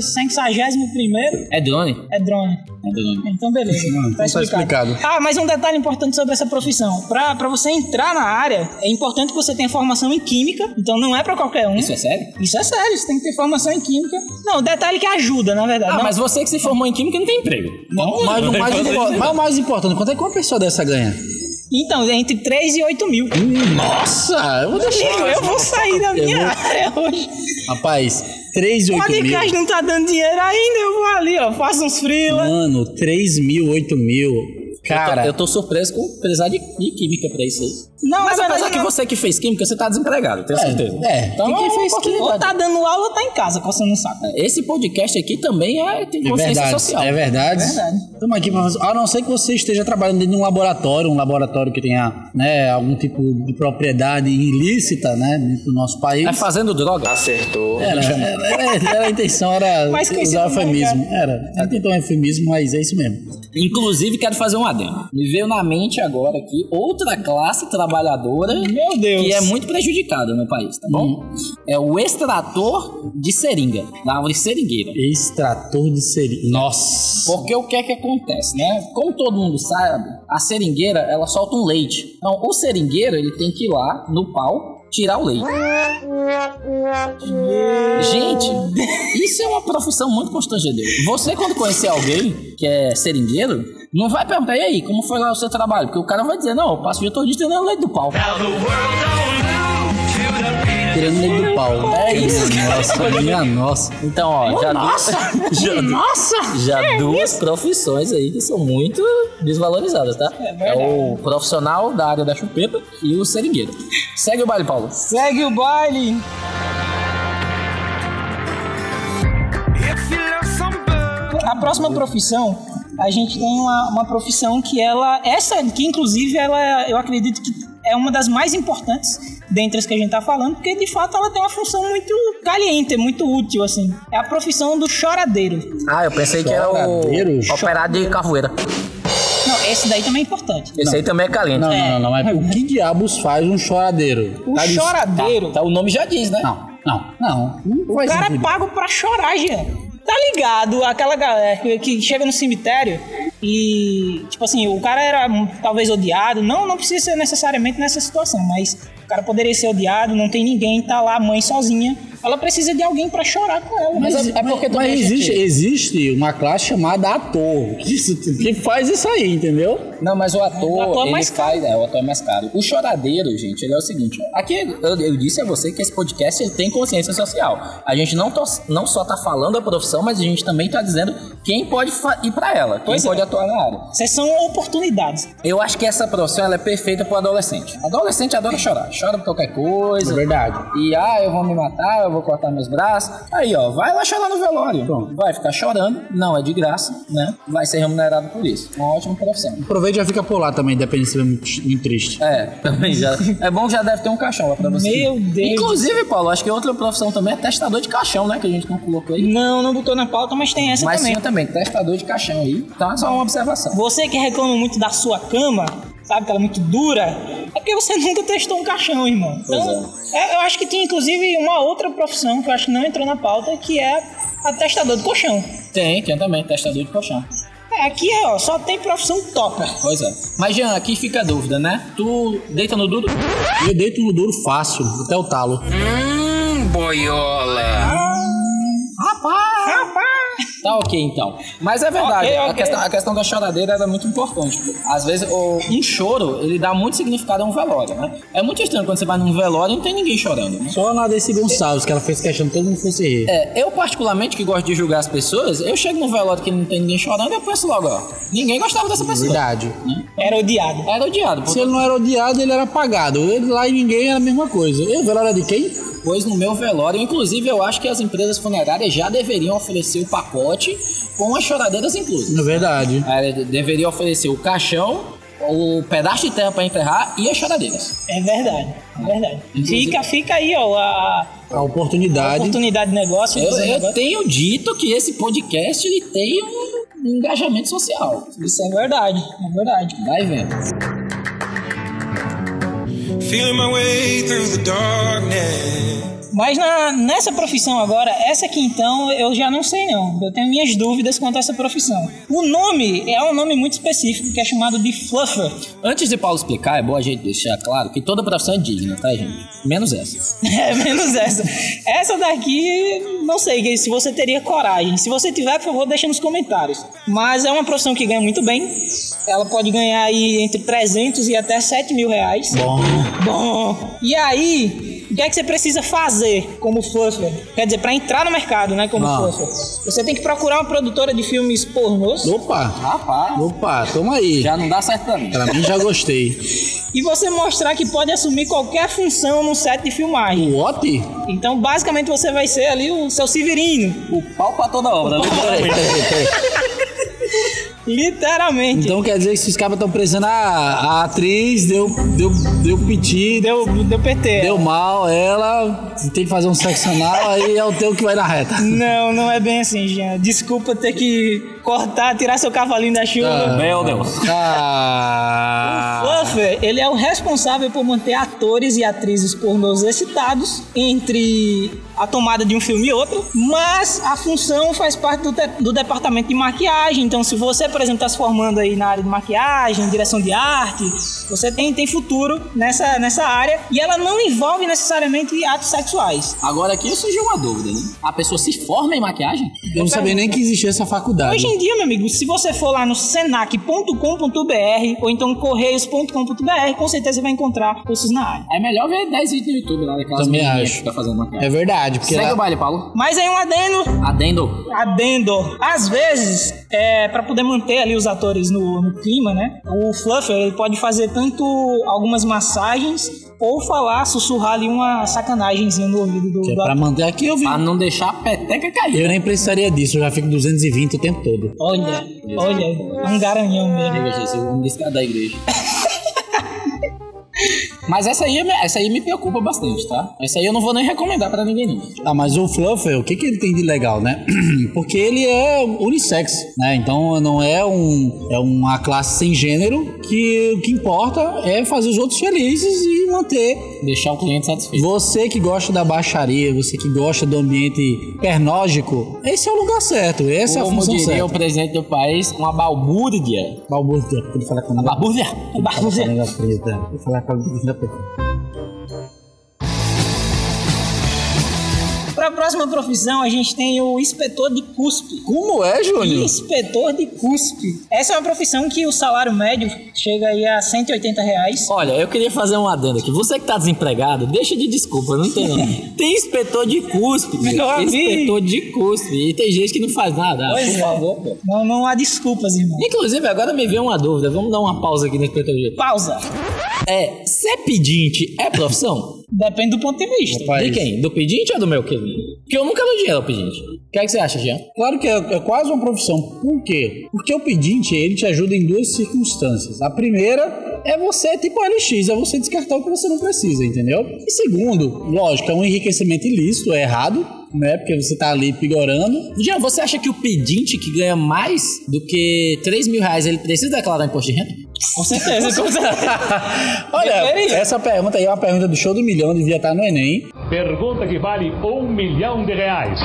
B: 61 primeiro,
A: É drone?
B: é drone.
C: drone.
B: Então beleza,
C: Não, então
B: tá,
C: tá
B: explicado.
C: explicado.
B: Ah, mas um detalhe importante sobre essa profissão. Pra, pra você entrar na área, é importante que você tenha formação em química, então não é pra qualquer um.
A: Isso é sério?
B: Isso é sério, você tem que ter formação em química. Não, detalhe é que ajuda, na verdade.
A: Ah,
B: não,
A: mas você que se formou em química não tem emprego.
C: Não, mas, o mais impo- mas o mais importante, quanto é que uma pessoa dessa ganha?
B: Então, é entre 3 e 8 mil.
C: Nossa, eu vou deixar.
B: Amigo, eu vou sair da minha área hoje.
C: Rapaz, 3, 8 mil.
B: podcast não tá dando dinheiro ainda, eu vou ali, ó, faço uns freela.
C: Mano, 3 mil, 8 mil. Cara,
A: Eu tô surpreso com precisar de, de química pra isso aí.
B: Não,
A: Mas
B: na
A: apesar
B: verdade,
A: que
B: não.
A: você que fez química, você tá desempregado, tenho certeza.
C: é.
A: Então,
C: Quem fez
A: é
B: Ou
A: uma
B: tá dando aula ou tá em casa, coçando o saco.
A: Esse podcast aqui também é, tem
C: é
A: consciência
C: verdade,
A: social.
C: é verdade.
B: Verdade.
C: Estamos aqui para fazer. A não ser que você esteja trabalhando dentro de um laboratório, um laboratório que tenha né, algum tipo de propriedade ilícita, né, dentro do nosso país.
A: É fazendo droga.
C: Era, era, era- era a intenção, era
B: Mais conhecido
C: usar o
B: como
C: eufemismo. Era. Ele tentou um eufemismo, mas é isso mesmo.
A: Inclusive, quero fazer um adendo. Me veio na mente agora aqui outra classe trabalhadora
B: Meu Deus. Hum.
A: que é muito prejudicada no país, tá bom? É o extrator de seringa, da árvore seringueira.
C: Extrator de seringa. Nossa!
A: Porque o que é que acontece, né? Como todo mundo sabe, a seringueira, ela solta um leite. Então, o seringueiro, ele tem que ir lá no pau tirar o leite. Gente, (laughs) isso é uma profissão muito constrangedora. Você, quando conhecer alguém que é seringueiro, não vai perguntar, e aí, como foi lá o seu trabalho? Porque o cara vai dizer, não, eu passo o dia todo dia tirando leite do pau.
C: Tirando ele do pau.
A: É isso,
C: Minha nossa, minha nossa.
A: Então, ó, já nossa, (laughs) já, nossa, já duas profissões aí que são muito desvalorizadas, tá? É, o profissional da área da chupeta e o seringueiro. Segue o baile, Paulo.
B: Segue o baile. A próxima profissão, a gente tem uma, uma profissão que ela, essa que inclusive ela, eu acredito que é uma das mais importantes dentre as que a gente tá falando, porque de fato ela tem uma função muito caliente, muito útil, assim. É a profissão do choradeiro.
A: Ah, eu pensei
C: que era o Choradeiro?
A: operário de carvoeira.
B: Não, esse daí também é importante.
A: Esse aí também é caliente.
C: Não, não, não, não. Mas o que diabos faz um choradeiro?
B: O
C: Tá de-
B: choradeiro,
A: Tá, o nome já diz, né?
C: Não, não, não. Não
B: o
C: faz
B: cara é
C: sentido.
B: pago pra chorar, Jean. Tá ligado? Aquela galera que, que chega no cemitério e, tipo assim, o cara era hum, talvez odiado. Não, não precisa ser necessariamente nessa situação, mas o cara poderia ser odiado, não tem ninguém, tá lá a mãe sozinha. Ela precisa de alguém pra chorar com ela.
C: Mas,
B: Mas
C: é porque mas existe, existe uma classe chamada ator que, isso- que faz isso aí, entendeu?
A: Não, mas o ator,
B: O ator é
A: ele
B: mais
A: faz, é, o ator é mais caro. O choradeiro, gente, ele é o seguinte, ó. aqui eu, eu disse a você que esse podcast ele tem consciência social. A gente não, tô- não só tá falando a profissão, mas a gente também tá dizendo quem pode fa- ir pra ela, quem
B: Pois é.
A: pode atuar na área.
B: essas são oportunidades.
A: Eu acho que essa profissão ela é perfeita pro adolescente. Adolescente adora chorar, chora por qualquer coisa.
C: É verdade.
A: E ah, eu vou me matar, eu vou cortar meus braços. Aí, ó, vai lá chorar no velório. Pronto. Vai ficar chorando, não é de graça, né? Vai ser remunerado por isso. Uma ótima profissão.
C: Aproveita e já fica por lá também, dependendo se é muito, muito triste.
A: É, também já. É bom que já deve ter um caixão lá pra você.
B: Meu Deus.
A: Inclusive, Paulo, acho que outra profissão também é testador de caixão, né? Que a gente não colocou aí.
B: Não, não botou na pauta, mas tem essa
A: Mas
B: também.
A: sim, eu também, testador de caixão aí. Então é só uma observação.
B: Você que reclama muito da sua cama, sabe que ela é muito dura, é porque você (laughs) nunca testou um caixão, irmão. Então, é, eu acho que tinha inclusive uma outra profissão que eu acho que não entrou na pauta, que é a testador de colchão.
A: Tem, tem também, testador de colchão.
B: É, aqui ó, só tem profissão top.
A: Pois é. Mas, Jean, aqui fica a dúvida, né? Tu deita no duro?
C: E eu deito no duro fácil, até o talo.
A: Ah, Tá ok, então. Mas é verdade,
B: Ok,
A: A,
B: ok.
A: questão, a questão da choradeira era muito importante. pô. Às vezes, o- um choro, ele dá muito significado a um velório, né? É muito estranho quando você vai num velório e não tem ninguém chorando, né?
C: Só na Desi Gonçalves, que ela fez questão que todo mundo fosse rir.
A: É, eu particularmente que gosto de julgar as pessoas, eu chego num velório que não tem ninguém chorando, eu penso logo, ó, ninguém gostava dessa pessoa.
C: Verdade.
B: Era odiado.
A: Era odiado, pô.
C: Se ele não era odiado, ele era apagado. Ele lá e ninguém era a mesma coisa. Eu, velório é de quem?
A: pois no meu velório, inclusive eu acho que as empresas funerárias já deveriam oferecer o pacote com as choradeiras inclusas.
C: Na verdade.
A: Ela de- deveria oferecer o caixão, o pedaço de terra para enterrar e as choradeiras.
B: É verdade, é verdade. Fica, fica aí, ó, a
C: A oportunidade.
B: oportunidade de negócio.
A: Eu,
B: fazer
A: eu
B: negócio.
A: tenho dito que esse podcast ele tem um engajamento social. Isso é verdade, é verdade. Vai vendo.
F: Feeling my way through the darkness.
B: Mas na, nessa profissão agora, essa aqui então, eu já não sei não. Eu tenho minhas dúvidas quanto a essa profissão. O nome é um nome muito específico que é chamado de fluffer.
A: Antes de Paulo explicar, é bom a gente deixar claro que toda profissão é digna, tá, gente? Menos essa.
B: (laughs) É, menos essa. Essa daqui, não sei se você teria coragem. Se você tiver, por favor, deixa nos comentários. Mas é uma profissão que ganha muito bem. Ela pode ganhar aí entre 300 e até 7 mil reais.
C: Bom.
B: Bom, e aí, o que é que você precisa fazer como fluffer? Quer dizer, pra entrar no mercado, né, como
C: Ah.
B: fluffer. Você tem que procurar uma produtora de filmes pornôs
C: Opa!
A: Rapaz,
C: Opa, toma aí.
A: já não dá certo pra mim.
C: Pra mim já gostei.
B: e você mostrar que pode assumir qualquer função no set de filmagem.
C: O Ote?
B: Então, basicamente, você vai ser ali o seu Severino,
A: O pau pra toda obra.
C: Peraí, peraí, peraí.
B: literalmente.
C: Então quer dizer que se os caras estão precisando, a, a atriz deu, deu, deu piti, deu,
B: Deu, deu PT.
C: deu mal, ela tem que fazer um sexo anal, aí é o teu que vai na reta.
B: Não, não é bem assim, Jean. Desculpa ter que cortar, tirar seu cavalinho da chuva.
A: Meu Deus.
C: Ah,
B: Fluffer, ele é o responsável por manter atores e atrizes pornôs excitados entre a tomada de um filme e outro, mas a função faz parte do, te- do departamento de maquiagem. Então, se você, por exemplo, está se formando aí na área de maquiagem, direção de arte, você tem, tem futuro nessa, nessa área e ela não envolve necessariamente atos sexuais.
A: Agora aqui surgiu uma dúvida, né? A pessoa se forma em maquiagem?
C: eu não sabia nem que existia essa faculdade.
B: Hoje em dia, meu amigo, se você for lá no senac.com.br ou então correios.com.br, com certeza você vai encontrar cursos na área.
A: É melhor ver 10 vídeos no YouTube lá daquelas
C: Também
A: menininhas
C: acho.
A: que tá fazendo maquiagem.
C: É verdade, porque
A: Segue
C: lá-
A: o baile, Paulo.
B: Mas aí um adendo,
A: Adendo.
B: adendo. Às vezes, é, para poder manter ali os atores no, no clima, né? O Fluffer ele pode fazer tanto algumas massagens ou falar, sussurrar ali uma sacanagemzinha no ouvido do,
C: que é
B: do
C: pra
B: ator.
C: manter aqui eu vi.
A: Pra não deixar a peteca cair.
C: Eu nem precisaria disso, eu já fico 220 o tempo todo.
B: Olha, olha, é um garanhão mesmo.
A: Meu Jesus, eu amo desse cara da igreja. (laughs) Mas essa aí, essa aí me preocupa bastante, tá? Essa aí eu não vou nem recomendar pra ninguém, não.
C: Ah, mas o Fluffer, o que, que ele tem de legal, né? (clears throat) Porque ele é unissex, né? Então não é um é uma classe sem gênero que o que importa é fazer os outros felizes e manter.
A: Deixar o cliente satisfeito.
C: Você que gosta da baixaria, você que gosta do ambiente pernógico, esse é o lugar certo, essa é a
A: Como
C: função
A: diria o
C: certa.
A: presidente do país, uma balbúrdia.
C: Balbúrdia, pode falar com a língua-
A: Balbúrdia?
C: pode falar com a língua preta, pode falar com a língua preta.
B: Para a próxima profissão, a gente tem o inspetor de cuspe.
C: Como é, Júnior?
B: Inspetor de cuspe. Essa é uma profissão que o salário médio chega aí a 180 reais.
A: Olha, eu queria fazer um adendo aqui. Você que tá desempregado, deixa de desculpa, não
B: (laughs)
A: tem não. Tem inspetor de cuspe,
B: Meu
A: meu.
B: amigo.
A: Inspetor de cuspe. E tem gente que não faz nada. Ah,
B: assim. Pois
A: por
B: é.
A: favor, pô.
B: Não, não há desculpas, irmão.
A: Inclusive, agora me veio uma dúvida. Vamos dar uma pausa aqui no inspetor de
B: Pausa.
A: É, ser pedinte é profissão?
B: Depende do ponto de vista.
C: Rapaz,
A: De quem? Do pedinte ou do meu querido? Porque eu nunca elogiei o pedinte. O que é que você acha, Jean?
C: Claro que é, é quase uma profissão. Por quê? Porque o pedinte, ele te ajuda em duas circunstâncias. A primeira é você, tipo LX, é você descartar o que você não precisa, entendeu? E segundo, lógico, é um enriquecimento ilícito, é errado, né? Porque você tá ali pigorando.
A: Jean, você acha que o pedinte que ganha mais do que 3 mil reais, ele precisa declarar imposto de renda?
B: Com certeza, com certeza.
C: Olha,
B: Diferente.
C: essa pergunta aí é uma pergunta do show do milhão, devia estar no Enem.
G: Pergunta que vale um milhão de reais.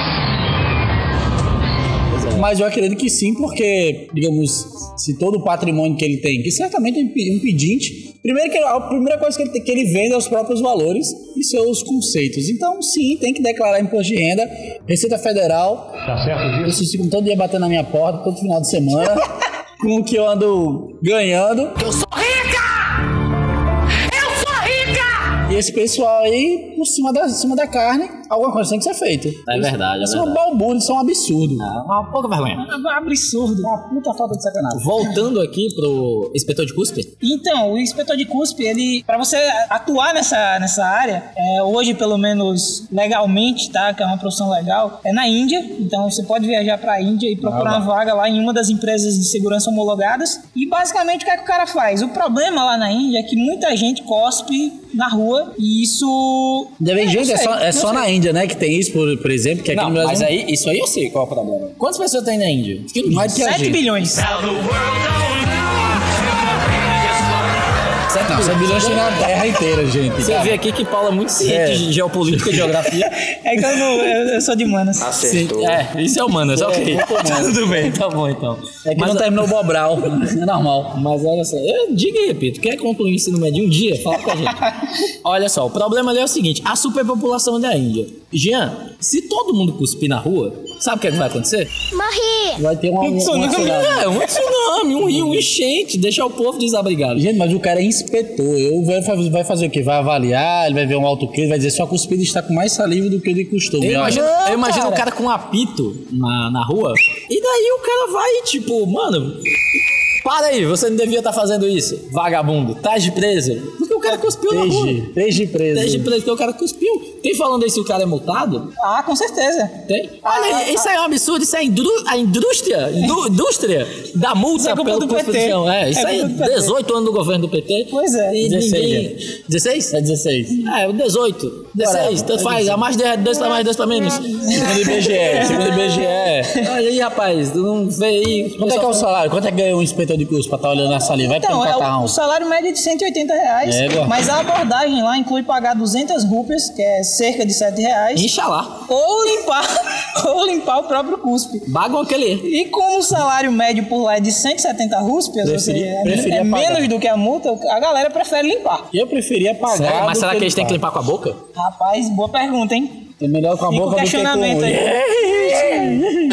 C: Mas eu acredito que sim, porque, digamos, se todo o patrimônio que ele tem, que certamente é um pe- um pedinte, primeiro que ele- a primeira coisa que ele, tem- que ele vende é os próprios valores e seus conceitos. Então, sim, tem que declarar imposto de renda, Receita Federal.
G: Tá certo disso?
C: Vocês ficam todo dia batendo na minha porta, todo final de (laughs) semana, com o que eu ando ganhando. E esse pessoal aí, por cima da, em cima da carne, alguma coisa tem que ser feita.
A: É verdade, é
C: Isso é um
A: verdade.
C: balbúrdio, isso é um absurdo.
A: Uma pouca vergonha.
B: Absurdo.
C: É Uma puta falta de sacanagem.
A: Voltando aqui pro inspetor de cuspe,
B: Então, o inspetor de cuspe, ele, para você atuar nessa, nessa área, é, hoje pelo menos legalmente, tá? Que é uma profissão legal, é na Índia. Então, você pode viajar para a Índia e procurar uma vaga lá em uma das empresas de segurança homologadas. E basicamente o que é que o cara faz? O problema lá na Índia é que muita gente cospe na rua e isso.
C: Ainda bem,
B: É,
C: gente,
B: não
C: é
B: sei,
C: só, é
B: não
C: só
B: sei.
C: na Índia, né? Que tem isso, por, por exemplo, que aqui
A: Não,
C: no Brasil.
A: mas aí, isso aí eu sei qual é o problema. Quantas pessoas tem na Índia? Acho que não
C: Mais que a
B: 7
C: gente.
B: bilhões. (laughs)
A: Sete
C: Não, essa
A: bilhões.
C: bilhões tem na é terra inteira, gente.
A: Você vê aqui que Paulo é muito ciente
C: É.
A: de geopolítica e geografia.
C: (laughs)
B: É que eu, não, eu, eu sou de Manas.
A: Sim, é, isso é humanas, ok. (laughs) Tudo bem, tá bom então.
C: É que não terminou o Bobral. É normal.
A: (laughs) Mas olha só, eu diga e repito, quer concluir o ensino médio um dia? Fala com a gente.
C: (laughs)
A: olha só, o problema ali é o seguinte: a superpopulação da Índia. Jean, se todo mundo cuspir na rua, sabe o que, é que vai acontecer?
C: Vai ter uma. uma- uma
A: tsunami, é, um tsunami, um rio, um enchente, deixar o povo desabrigado.
C: Gente, mas o cara é inspetor. Eu vai, fa- vai fazer o quê? Vai avaliar, ele vai ver um autoclave, vai dizer sua cuspida está com mais saliva do que de costume.
A: Eu
C: Olha,
A: imagino, eu imagino
C: cara.
A: um cara com um apito na, na rua, e daí o cara vai, tipo, mano. Para aí, você não devia estar fazendo isso, vagabundo. Tá de preso. Porque o cara cuspiu na rua.
C: Desde, desde Tá preso.
A: Desde preso, porque o cara cuspiu. Tem falando aí se o cara é multado?
B: Ah, com certeza.
A: Tem? Olha,
B: Ah,
A: isso aí é um absurdo, isso é a, indru- a indústria, indú- indústria da multa
B: Isso é culpa
A: pelo
B: do
A: custo
B: PT.
A: do chão. É, isso
B: É
A: aí,
B: culpa do PT.
A: 18 anos do governo do PT.
B: Pois é.
A: E
C: 16,
A: ninguém... 16?
C: É 16.
A: É, o 18. 16,
B: É
A: tanto faz. A mais 10, 2 pra mais, 2 pra menos.
C: Segundo IBGE, É, segundo IBGE. é.
A: Olha aí, rapaz, tu não vê aí.
C: Quanto é que é o salário? Quanto é que ganha um inspetor de curso pra estar olhando a saliva? Vai
B: Então,
C: perguntar
B: é
C: pra
B: o,
C: um.
B: o salário médio é de 180 reais,
C: Égua.
B: mas a abordagem lá inclui pagar 200 rupias, que é cerca de 7 reais,
A: Inxalá.
B: ou limpar, (laughs) ou limpar o próprio cuspe.
A: Bagam aquele.
B: E como o salário médio por lá é de 170 rupias, ou
C: Preferi-
B: seja, é,
C: preferia
B: é
C: pagar.
B: menos do que a multa, a galera prefere limpar.
C: Eu preferia pagar.
A: Sério, mas
C: do
A: será que eles têm que limpar
C: paga.
A: com a boca?
B: Rapaz, boa pergunta, hein?
C: É melhor com a
B: Fica o
C: boca do que com o
B: questionamento aí.
C: olho.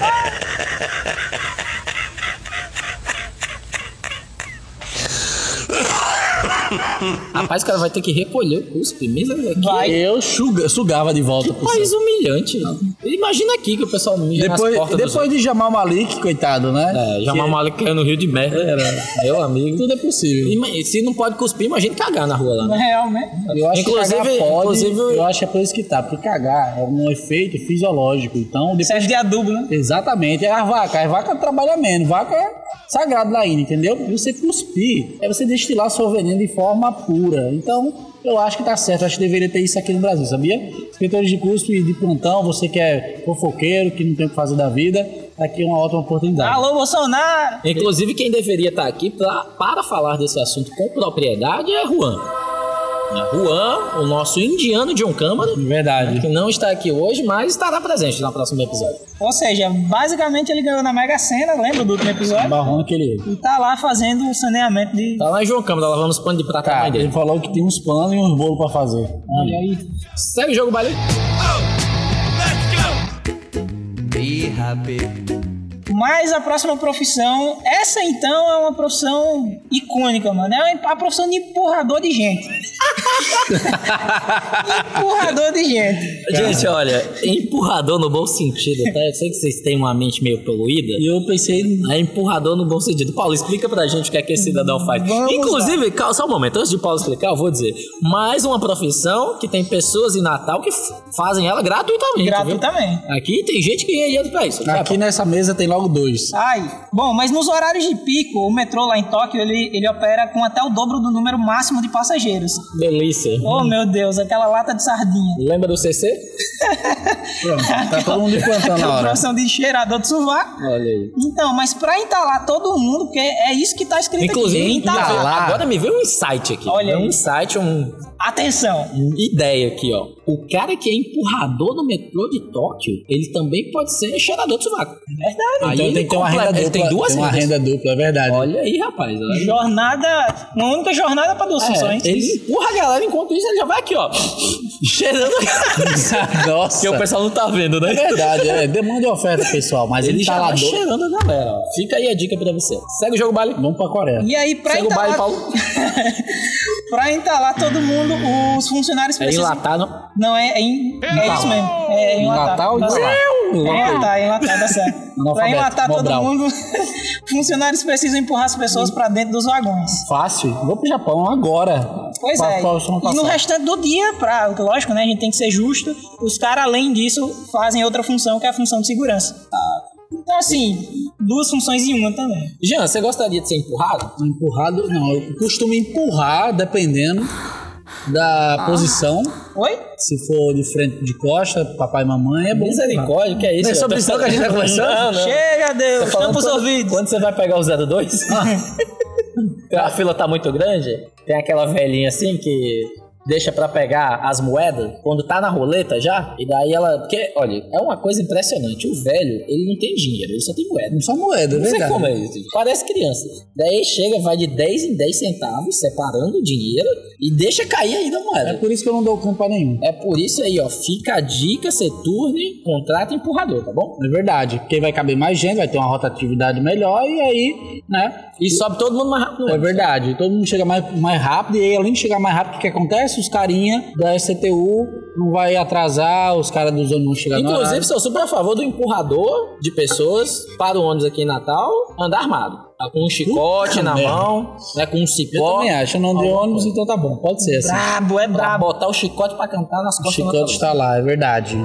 B: (laughs)
A: Rapaz, o cara vai ter que recolher o cuspe. Misericórdia. Que
B: Vai.
C: Eu suga- sugava de volta pro
A: País humilhante. Imagina aqui que o pessoal mija nas
C: Depois,
A: portas dos
C: depois de Jamal Malik, coitado, né?
A: É, Jamal Malik caiu no Rio de Merda. Meu amigo.
C: Tudo é possível.
A: Ima- Se não pode cuspir, imagina cagar na rua lá.
B: Na
A: Né?
B: real, né?
C: Eu acho
A: Inclusive-
C: que cagar pode,
A: inclusive-
C: eu acho que é por isso que tá, porque cagar é um efeito fisiológico. Então, depois-
B: Serve de adubo, né?
C: exatamente, é a vaca. A vaca trabalha menos, vaca é sagrado lá ainda, entendeu? E você cuspir é você destilar seu veneno de forma pura. Então, eu acho que tá certo, eu acho que deveria ter isso aqui no Brasil, sabia? Escritores de custo e de plantão, você que é fofoqueiro, que não tem o que fazer da vida, tá aqui é uma ótima oportunidade.
B: Alô, Bolsonaro!
A: Inclusive, quem deveria estar aqui pra, para falar desse assunto com propriedade é Juan. É Juan, o nosso indiano John Câmara,
C: De verdade.
A: que não está aqui hoje, mas estará presente no próximo episódio.
B: Ou seja, basicamente ele ganhou na Mega Sena, lembra do último episódio?
C: Barrona que ele.
B: E tá lá fazendo o saneamento de.
A: Tá lá em João Câmara, lavando os panos de prata na
C: Tá,
A: mãe
C: ele
A: dele.
C: falou que tem uns panos e uns bolos pra fazer.
A: Ah,
B: Olha aí.
A: Segue o jogo, Baleia.
B: Mas a próxima profissão, essa
C: (laughs)
B: então é uma profissão icônica, mano. É a profissão de empurrador de gente. Empurrador de gente.
A: Gente, olha, empurrador no bom sentido, tá? Eu sei que vocês têm uma mente meio poluída.
C: E eu pensei,
A: É empurrador no bom sentido. Paulo, explica pra gente o que é que esse cidadão faz.
B: Vamos
A: Inclusive, cal- só um momento, antes de Paulo explicar, eu vou dizer. Mais uma profissão que tem pessoas em Natal que f- fazem ela gratuitamente. viu?
B: Gratuitamente.
A: Aqui tem gente que ganha dinheiro pra isso. Tá
C: aqui nessa mesa tem logo dois.
B: Ai, bom, mas nos horários de pico, o metrô lá em Tóquio, ele, ele opera com até o dobro do número máximo de passageiros.
A: Delícia.
C: Hum.
B: Oh, meu Deus, aquela lata de sardinha.
A: Lembra do CC?
C: Pronto, tá todo mundo plantando na
B: Aquela
C: hora.
B: profissão de cheirador de sovaco.
A: Olha aí.
B: Então, mas pra entalar todo mundo, porque é isso que tá escrito
A: Inclusive,
B: aqui.
A: me veio-
B: Entalar.
A: agora me veio um insight aqui.
B: Olha
A: um
B: aí.
A: insight, um
B: Atenção.
A: Hum, ideia aqui, ó. O cara que é empurrador no metrô de Tóquio, ele também pode ser cheirador de sovaco.
B: Verdade.
A: Aí
C: Então
A: ele
C: tem que ter uma
A: completa-
C: renda
A: ele
C: dupla.
A: Tem duas
C: uma
A: rendas.
C: renda dupla, é verdade.
A: Olha aí, rapaz. olha.
B: Jornada. Uma única jornada pra duas funções.
A: É, ele empurra a galera enquanto isso ele já vai aqui,
C: (laughs)
A: ó. Cheirando a galera. (laughs)
C: Nossa.
A: Que o pessoal não tá vendo, né?
C: É verdade, é. Demanda e oferta, pessoal. Mas
A: Ele
C: ele tá
A: já vai
C: entalador.
A: cheirando a galera, ó. Fica aí a dica pra você. Segue o jogo, Bali.
C: Vamos pra Coreia.
B: E aí, pra
A: Segue o baile,
B: entalar,
A: Paulo.
B: (laughs) pra entalar todo mundo, os funcionários
A: É
B: precisam.
A: enlatar, não?
B: Não, é, é, em- é isso mesmo. É
A: Enlatar
B: enlatar.
A: ou
B: Tá
A: enrolar?
B: certo. É, tá, enlatar, tá certo. pra
C: Analfabeto,
B: enlatar todo
C: Mobral.
B: mundo, (laughs) funcionários precisam empurrar as pessoas pra dentro dos vagões.
C: Fácil. Vou pro Japão agora.
B: Pois
C: Pra-
B: é.
C: pra o som
B: E no
C: passar.
B: restante do dia, pra, lógico, né? A gente tem que ser justo. Os caras, além disso, fazem outra função, que é a função de segurança. Então, assim, duas funções em uma também.
A: Jean, você gostaria de ser empurrado?
C: Empurrado, não. Eu costumo empurrar, dependendo da posição.
A: Ah.
B: Oi?
C: Se for de frente de costa, papai e mamãe, é bom.
A: Misericórdia, que é isso?
C: Não é sobre isso que a gente tá conversando?
A: Não, não.
B: Chega, Deus,
A: Tô falando
B: tampa os
A: quando-
B: ouvidos.
A: Quando você vai pegar o 02, (laughs)
C: Ah.
A: a fila tá muito grande, tem aquela velhinha assim que deixa pra pegar as moedas quando tá na roleta já, e daí ela... Porque, olha, é uma coisa impressionante, o velho, ele não tem dinheiro, ele só tem moeda.
C: Não só moeda, é
A: Não sei
C: verdade.
A: como é isso, gente. parece criança. Daí chega, vai de 10 em 10 centavos, separando o dinheiro, e deixa cair ainda a
C: É
A: moeda.
C: por isso que eu não dou campo a nenhum.
A: É por isso aí, ó, fica a dica, você turne, contrata empurrador, tá bom?
C: É verdade. Porque vai caber mais gente, vai ter uma rotatividade melhor e aí, né?
A: E sobe todo mundo mais rápido.
C: É verdade. Todo mundo chega mais, mais rápido e aí, além de chegar mais rápido, o que, que acontece? Os carinha da STU não vai atrasar, os caras dos ônibus não chegam no
A: Inclusive,
C: horário.
A: sou super a favor do empurrador de pessoas para o ônibus aqui em Natal andar armado. Tá com um chicote na
C: merda.
A: mão, né, com um
C: Eu
A: cipó.
C: também acho, eu não deu ônibus, então tá bom, pode ser assim.
A: Ah,
B: Brabo, é
A: Pra
B: brabo.
A: botar o chicote pra cantar nas
C: O
A: costas do
C: chicote está lá, é verdade.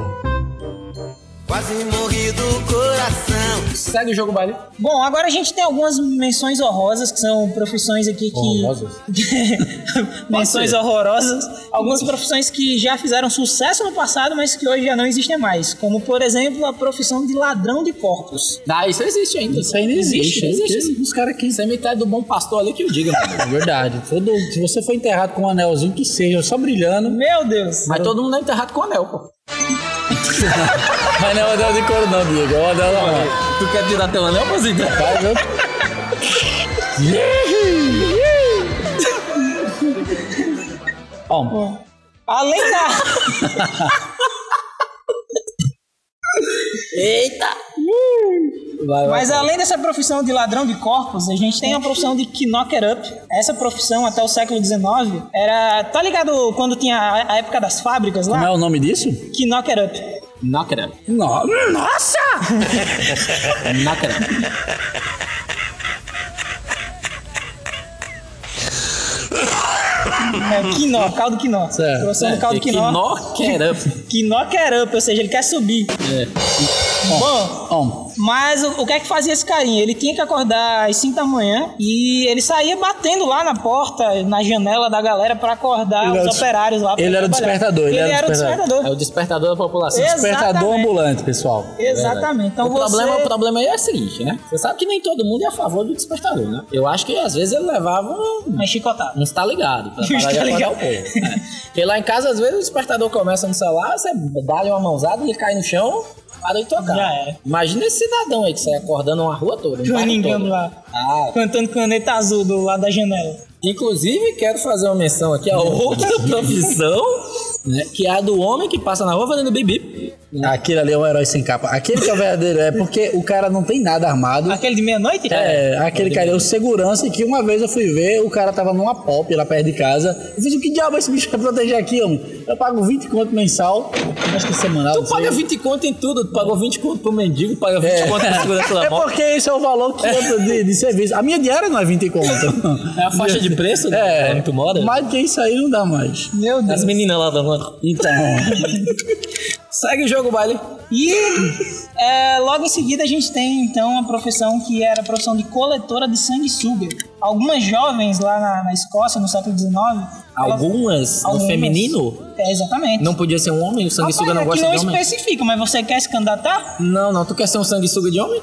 D: Quase morri do coração.
A: Segue o jogo baile.
B: Bom, agora a gente tem algumas menções horrorosas, que são profissões aqui que.
C: Horrorosas?
B: (laughs) menções horrorosas. Algumas profissões que já fizeram sucesso no passado, mas que hoje já não existem mais. Como, por exemplo, a profissão de ladrão de corpos.
A: Ah, isso existe ainda.
C: Isso ainda existe.
A: existe.
C: existe. Os caras aqui.
A: Isso é metade do bom pastor ali que eu diga, mano.
C: É verdade. Todo- se você for enterrado com um anelzinho que seja, só brilhando.
B: Meu Deus!
A: Mas todo mundo é enterrado com anel, pô.
C: (laughs) Mas não é o anel de couro, não, Diego. É o anel normal.
A: Tu quer tirar teu anel, pozinho? (laughs)
C: Vai, viu? Bom,
B: Além (laughs) da.
A: Eita!
B: Mas além dessa profissão de ladrão de corpos, a gente tem a profissão de knocker up. Essa profissão, até o século XIX, era. Tá ligado quando tinha a a época das fábricas
C: como
B: lá?
C: é o nome disso?
B: Knocker up.
A: Knocker up.
C: No-
A: (laughs)
C: Nossa!
A: Knocker up.
B: É, quinó, caldo quinó.
C: Certo. É,
B: Profissão
A: É,
B: do caldo quinó.
A: Knocker up.
B: Quinó quer up, ou seja, ele quer subir. Bom,
C: É. Bom,
B: mas o, o que é que fazia esse carinha? Ele tinha que acordar às 5 da manhã e ele saía batendo lá na porta, na janela da galera pra acordar
C: Ele era
B: os
C: des-
B: operários lá. pra
C: ele era o
B: trabalhar.
C: despertador,
B: Ele,
C: ele era o
B: era o
C: despertador.
B: despertador.
A: É o despertador da população. É
B: Esse
C: despertador
B: Exatamente.
C: ambulante, pessoal.
B: Exatamente. Então
A: o,
B: você...
A: problema, o problema aí é o seguinte, né? Você sabe que nem todo mundo é a favor do despertador, né? Eu acho que às vezes ele levava
C: É
A: um-
B: Mas chicotado.
A: uns tá ligado
B: (laughs)
A: pra parar
B: Uns tá
A: de acordar
B: ligado.
A: o povo. né? Porque lá em casa, às vezes, o despertador começa no celular, você dá-lhe uma mãozada, ele cai no chão, para de tocar.
B: Já era.
A: Imagina esse cidadão aí que sai acordando uma rua toda. um
B: (laughs)
A: bairro
B: Caningando
A: todo.
B: lá.
A: Ah,
B: Cantando caneta azul do lado da janela.
C: (laughs)
A: Inclusive, quero fazer uma menção aqui a outra profissão né? Que é a do homem que passa na rua fazendo bip-bip.
C: Aquele ali é um herói sem capa. Aquele que é o verdadeiro é porque o cara não tem nada armado.
B: Aquele de meia-noite?
C: Ah. É, aquele cara, é o segurança que uma vez eu fui ver, o cara tava numa pop lá perto de casa. Eu fiz o que diabo é esse bicho vai proteger aqui, homem? Eu pago 20 conto mensal, acho que é semanal.
A: Tu
C: não sei.
A: paga 20 conto em tudo, tu pagou 20 conto pro mendigo, paga 20 conto na segurança da
C: (laughs) É
A: moto.
C: porque esse é o valor que entra de, de serviço. A minha diária não é 20 conto.
A: É a faixa de preço, né?
C: É,
A: Onde tu mora.
C: mais do que isso aí não dá mais.
B: Meu Deus.
A: As meninas lá da rua.
C: Então,
A: (laughs) Segue o jogo, baile.
B: E é, logo em seguida a gente tem então a profissão que era a profissão de coletora de sanguessuga. Algumas jovens lá na, na Escócia, no século XIX. elas-
A: Algumas, no
B: algumas-
A: feminino,
B: É, exatamente.
A: não podia ser um homem, o sanguessuga
B: Rapaz,
A: não
B: aqui
A: gosta
B: não
C: é
A: de homem.
B: especifica, mas você quer se candidatar? (laughs)
A: Não, não, tu quer ser um sanguessuga de homem?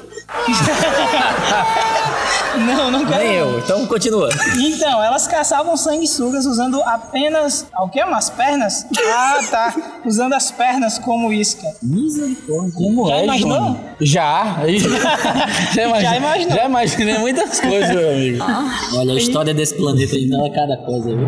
B: Não, não quero.
A: Nem eu, então continua.
B: Então, elas caçavam sanguessugas usando apenas. ah, O que? Umas pernas? Ah, tá. Usando as pernas como
A: (laughs)
B: isca.
C: como
B: Já
C: é,
B: imaginou?
C: Johnny? Já. já, imagi-
B: Já imaginou?
C: Já imaginei (laughs) muitas coisas, meu amigo.
A: Olha, a história desse planeta aí não é cada coisa, viu?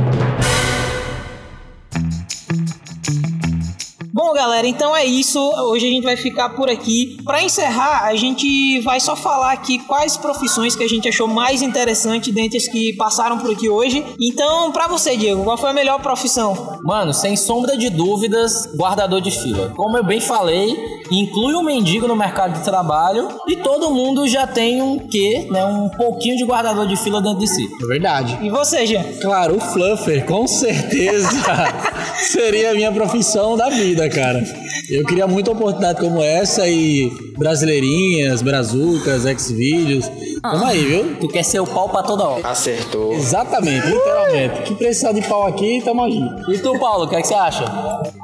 B: Bom, galera, então é isso. Hoje a gente vai ficar por aqui. Para encerrar, a gente vai só falar aqui quais profissões que a gente achou mais interessante dentre as que passaram por aqui hoje. Então, para você, Diego, qual foi a melhor profissão?
A: Mano, sem sombra de dúvidas, guardador de fila. Como eu bem falei, inclui o mendigo no mercado de trabalho e todo mundo já tem um quê, né? Um pouquinho de guardador de fila dentro de si.
C: É verdade.
B: E você, Jean?
C: Claro, o fluffer, com certeza seria a minha profissão da vida, cara. Eu queria muita oportunidade como essa e brasileirinhas, brazucas, ex-vídeos. Tamo aí, viu?
A: Tu quer ser o pau pra toda hora.
D: Acertou.
C: Exatamente, literalmente. Que precisar de pau aqui, tamo aí.
A: E tu, Paulo, o que, é que você acha?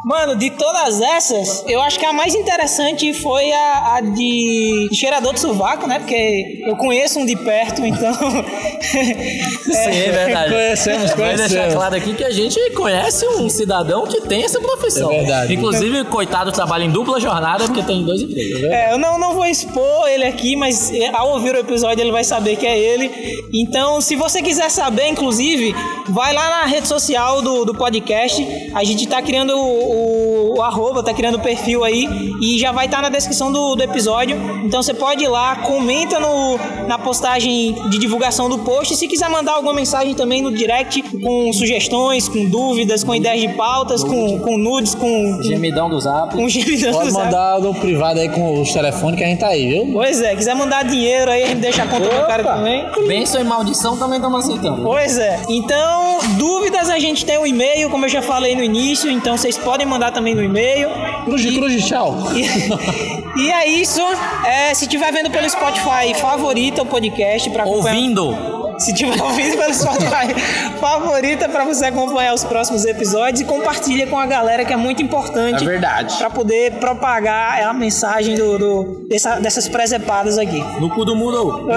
B: Mano, de todas essas, eu acho que a mais interessante foi a, a de cheirador de sovaco, né? Porque eu conheço um de perto, então. (laughs)
A: Sim, é verdade.
C: Conhecemos,
A: Vai deixar
C: conhecemos.
A: claro aqui que a gente conhece um cidadão que tem essa profissão.
C: É verdade.
A: Inclusive, coitado, trabalha em dupla jornada porque tem dois empregos.
B: É, eu não, não vou expor ele aqui, mas é, ao ouvir o episódio ele vai saber que é ele. Então, se você quiser saber, inclusive, vai lá na rede social do, do podcast. A gente tá criando o, o- o arroba, tá criando o perfil aí e já vai estar na descrição do, do episódio. Então você pode ir lá, comenta no, na postagem de divulgação do post. E se quiser mandar alguma mensagem também no direct com sugestões, com dúvidas, com ideias de pautas, com, com nudes, com.
A: Gemidão do zap.
B: Com gemidão
C: Pode
B: do zap.
C: mandar no privado aí com os telefones que a gente tá aí, viu?
B: Pois é, quiser mandar dinheiro aí, a gente deixa a conta do cara também.
A: Bênção e maldição também estamos aceitando.
B: Pois é. Então, dúvidas a gente tem o e-mail, como eu já falei no início, então vocês podem mandar também no e-mail.
C: Cruz de cruz de tchau.
B: E, e é isso. É, se tiver vendo pelo Spotify, favorita o podcast para
A: Ouvindo.
B: Se tiver ouvindo pelo Spotify, favorita para você acompanhar os próximos episódios e compartilha com a galera que é muito importante.
D: É verdade.
B: Para poder propagar a mensagem do, do- dessa- dessas presepadas aqui.
A: No cu do mundo.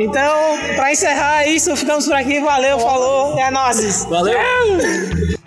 B: Então, pra encerrar isso, ficamos por aqui. Valeu, falou, é nozes.
A: Valeu.